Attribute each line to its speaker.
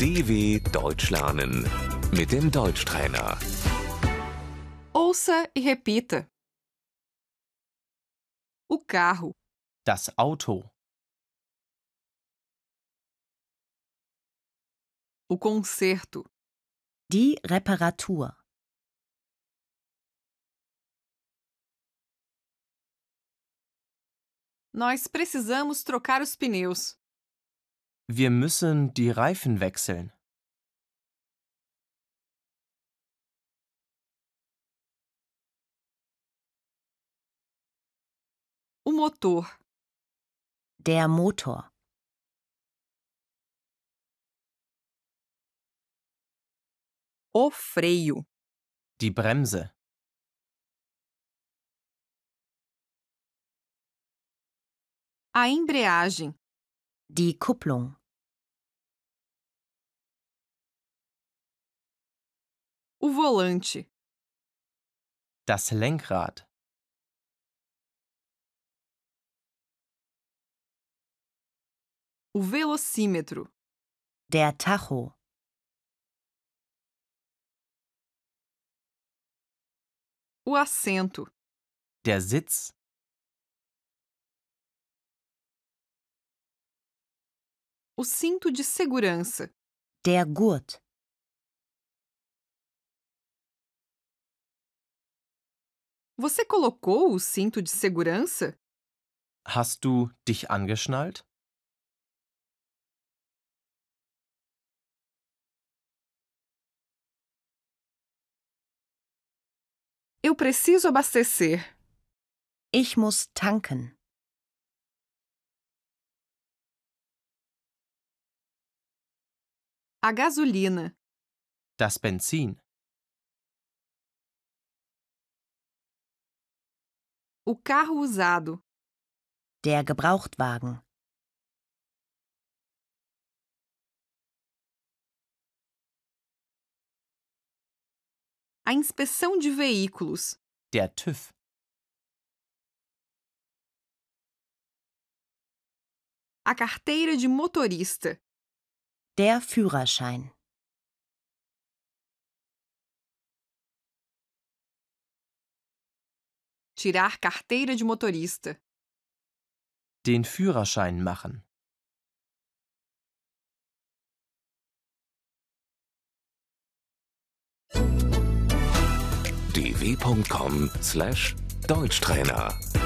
Speaker 1: DW Deutsch lernen mit dem Deutschtrainer.
Speaker 2: Ouça e repita. O carro,
Speaker 3: Das Auto,
Speaker 2: o conserto,
Speaker 4: Die Reparatur.
Speaker 2: nós precisamos trocar os pneus,
Speaker 3: wir müssen die Reifen wechseln,
Speaker 2: o motor,
Speaker 4: Der Motor.
Speaker 2: o freio,
Speaker 3: die Bremse,
Speaker 2: a embreagem,
Speaker 4: Die Kupplung.
Speaker 2: o volante,
Speaker 3: das Lenkrad,
Speaker 2: o velocímetro,
Speaker 4: Der Tacho.
Speaker 2: o assento,
Speaker 3: der Sitz,
Speaker 2: o cinto de segurança,
Speaker 4: Der Gurt.
Speaker 2: Você colocou o cinto de segurança?
Speaker 3: hast du dich angeschnallt?
Speaker 2: Eu preciso abastecer.
Speaker 4: Ich muss tanken.
Speaker 2: A gasolina,
Speaker 3: Das Benzin,
Speaker 2: o carro usado,
Speaker 4: Der Gebrauchtwagen.
Speaker 2: a inspeção de veículos,
Speaker 3: der TÜV,
Speaker 2: a carteira de motorista,
Speaker 4: Der Führerschein.
Speaker 2: tirar carteira de motorista,
Speaker 3: den Führerschein machen,
Speaker 1: dw.com/deutschtrainer